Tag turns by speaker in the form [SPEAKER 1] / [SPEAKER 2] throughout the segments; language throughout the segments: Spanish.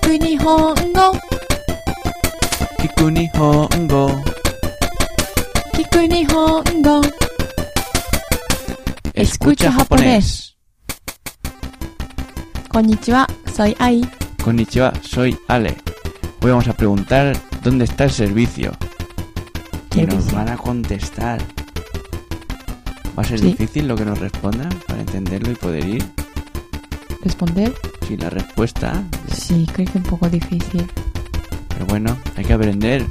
[SPEAKER 1] く日本語
[SPEAKER 2] 聞く日本語
[SPEAKER 1] 聞く日本語 Escucha japonés. こんにちは、soy Ai
[SPEAKER 2] Konnichiwa, soy Ale. Hoy vamos a preguntar dónde está el servicio. Y nos
[SPEAKER 1] Servicio.
[SPEAKER 2] van a contestar. ¿Va a ser
[SPEAKER 1] Sí.
[SPEAKER 2] difícil lo que nos respondan para entenderlo y poder ir?
[SPEAKER 1] ¿Responder?
[SPEAKER 2] Si la respuesta.
[SPEAKER 1] Sí, creo que un poco difícil.
[SPEAKER 2] Pero bueno, hay que aprender.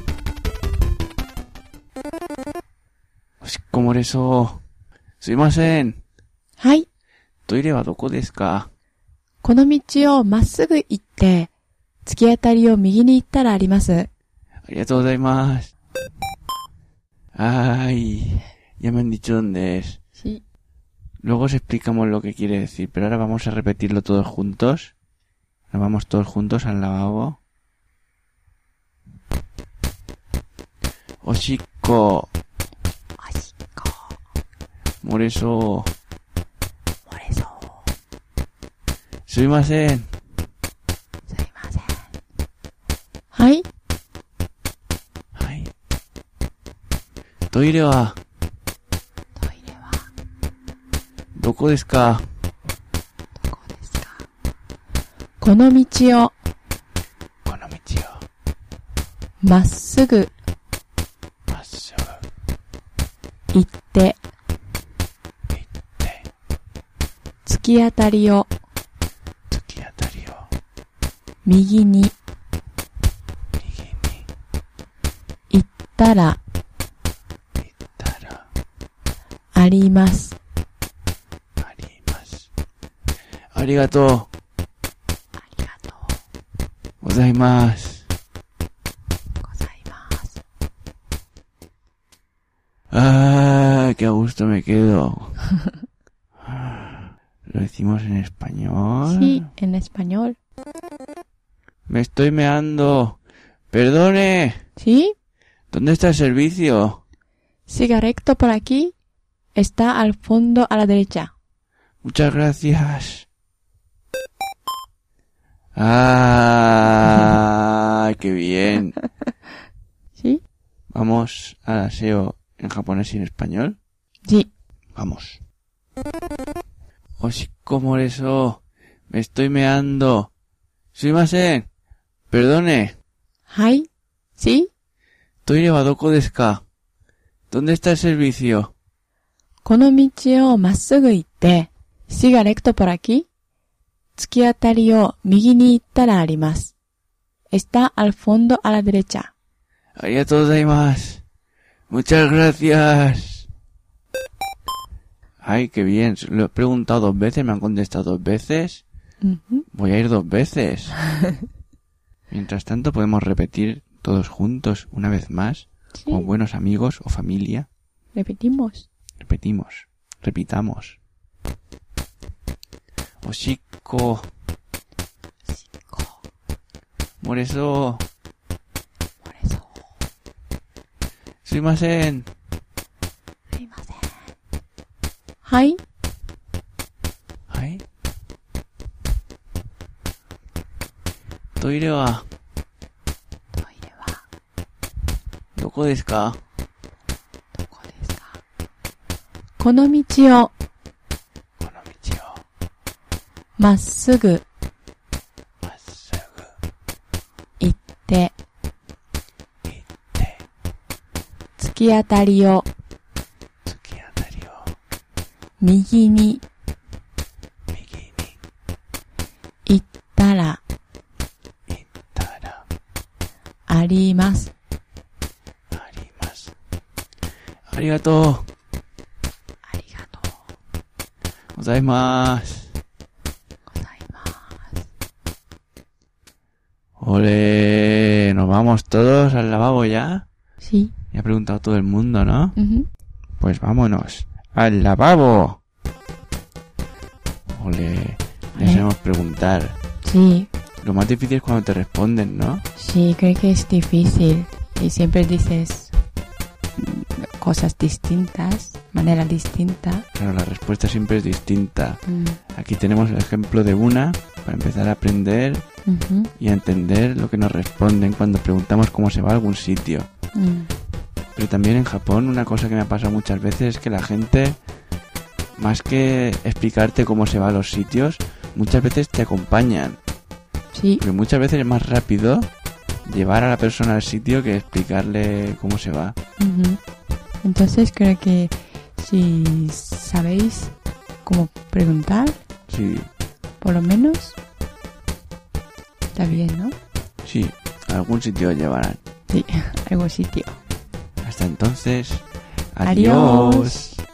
[SPEAKER 2] Pues, ¿Cómo eres eso? Soy más en.
[SPEAKER 1] はい、
[SPEAKER 2] Toire wa doko desu ka?
[SPEAKER 1] この道をまっすぐ行って、突き当たりを右に行ったらあります。
[SPEAKER 2] Arigatou gozaimasu. Ay, ya me han dicho dónde es. Luego os explicamos lo que quiere decir, pero ahora vamos a repetirlo todos juntos. Nos vamos todos juntos al lavabo. Oh, Oshiko,
[SPEAKER 1] おしっこ
[SPEAKER 2] moreso,
[SPEAKER 1] 漏れそう。
[SPEAKER 2] sumimasen.
[SPEAKER 1] すいません。はい、
[SPEAKER 2] Ay. Toire wa
[SPEAKER 1] トイレは
[SPEAKER 2] doko desu ka?
[SPEAKER 1] どこですかこの道を
[SPEAKER 2] Konomichi wa
[SPEAKER 1] まっすぐ
[SPEAKER 2] masugu
[SPEAKER 1] 行って、
[SPEAKER 2] itte
[SPEAKER 1] 突き当たりを
[SPEAKER 2] tsukiatari wo
[SPEAKER 1] 右に行
[SPEAKER 2] migi ni
[SPEAKER 1] ったら
[SPEAKER 2] ittara
[SPEAKER 1] あります。
[SPEAKER 2] arimasu. Arigatou
[SPEAKER 1] ありがと
[SPEAKER 2] gozaimasu.
[SPEAKER 1] うございます。
[SPEAKER 2] ¡Ah! ¡Qué a gusto me quedo! Lo decimos en español.
[SPEAKER 1] Sí, en español.
[SPEAKER 2] Me estoy meando. Perdone.
[SPEAKER 1] Sí,
[SPEAKER 2] ¿Dónde está el servicio?
[SPEAKER 1] siga recto por aquí. Está al fondo a la derecha.
[SPEAKER 2] Muchas gracias. ¡Ah! ¡Qué bien!
[SPEAKER 1] Sí,
[SPEAKER 2] Vamos al aseo en japonés y en español.
[SPEAKER 1] sí.
[SPEAKER 2] Vamos. Oshiko Moreso. Me estoy meando. Sumimasen. Perdone.
[SPEAKER 1] はい。Sí,
[SPEAKER 2] Toire wa doko desu ka? ¿Dónde está el servicio?
[SPEAKER 1] この道をまっすぐ行って、siga recto por aquí. 突き当たりを右に行ったらあります。Está al fondo a la derecha.
[SPEAKER 2] Arigatou gozaimasu. Muchas gracias. Ay, qué bien. Lo he preguntado dos veces, me han contestado dos veces.
[SPEAKER 1] Ujú.
[SPEAKER 2] Voy a ir dos veces. Mientras tanto, podemos repetir todos juntos una vez más,
[SPEAKER 1] Sí,
[SPEAKER 2] con buenos amigos o familia.
[SPEAKER 1] repetimos.
[SPEAKER 2] Repetimos. Repitamos. Oshiko, moreso, sumimasen.
[SPEAKER 1] はい。
[SPEAKER 2] はい。トイレは
[SPEAKER 1] トイレは
[SPEAKER 2] どこですか
[SPEAKER 1] どこですかこの道を
[SPEAKER 2] この道を
[SPEAKER 1] まっすぐ
[SPEAKER 2] まっすぐ
[SPEAKER 1] 行って、
[SPEAKER 2] 行って
[SPEAKER 1] 突き当たりを
[SPEAKER 2] 突き当たりを
[SPEAKER 1] 右に
[SPEAKER 2] 右に
[SPEAKER 1] 行ったら
[SPEAKER 2] 行ったら
[SPEAKER 1] あります。
[SPEAKER 2] あります。ありがと
[SPEAKER 1] ありがとう
[SPEAKER 2] うございます。
[SPEAKER 1] ございます。
[SPEAKER 2] Ole, nos vamos todos al lavabo ya.
[SPEAKER 1] Sí.
[SPEAKER 2] Ya ha preguntado todo el mundo, ¿no?
[SPEAKER 1] Ujú.
[SPEAKER 2] Pues vámonos al lavabo. Ole, ya
[SPEAKER 1] Ole.
[SPEAKER 2] sabemos preguntar.
[SPEAKER 1] Sí,
[SPEAKER 2] Lo más difícil es cuando te responden, ¿no?
[SPEAKER 1] sí, creo que es difícil. Y siempre dices mm, cosas distintas, manera distinta. Mm.
[SPEAKER 2] Claro, la respuesta siempre es distinta. Aquí tenemos el ejemplo de una para empezar a aprender
[SPEAKER 1] Ujú.
[SPEAKER 2] y a entender lo que nos responden cuando preguntamos cómo se va a algún sitio.
[SPEAKER 1] Mm.
[SPEAKER 2] Pero también en Japón una cosa que me ha pasado muchas veces es que la gente, más que explicarte cómo se va a los sitios, muchas veces te acompañan.
[SPEAKER 1] Sí,
[SPEAKER 2] Porque muchas veces es más rápido llevar a la persona al sitio que explicarle cómo se va.
[SPEAKER 1] Ujú. Entonces creo que si sabéis cómo preguntar,
[SPEAKER 2] Sí,
[SPEAKER 1] por lo menos, está bien, ¿no?
[SPEAKER 2] sí, a algún sitio llevarán.
[SPEAKER 1] Sí, algún sitio.
[SPEAKER 2] Hasta entonces,
[SPEAKER 1] Adiós.
[SPEAKER 2] adiós.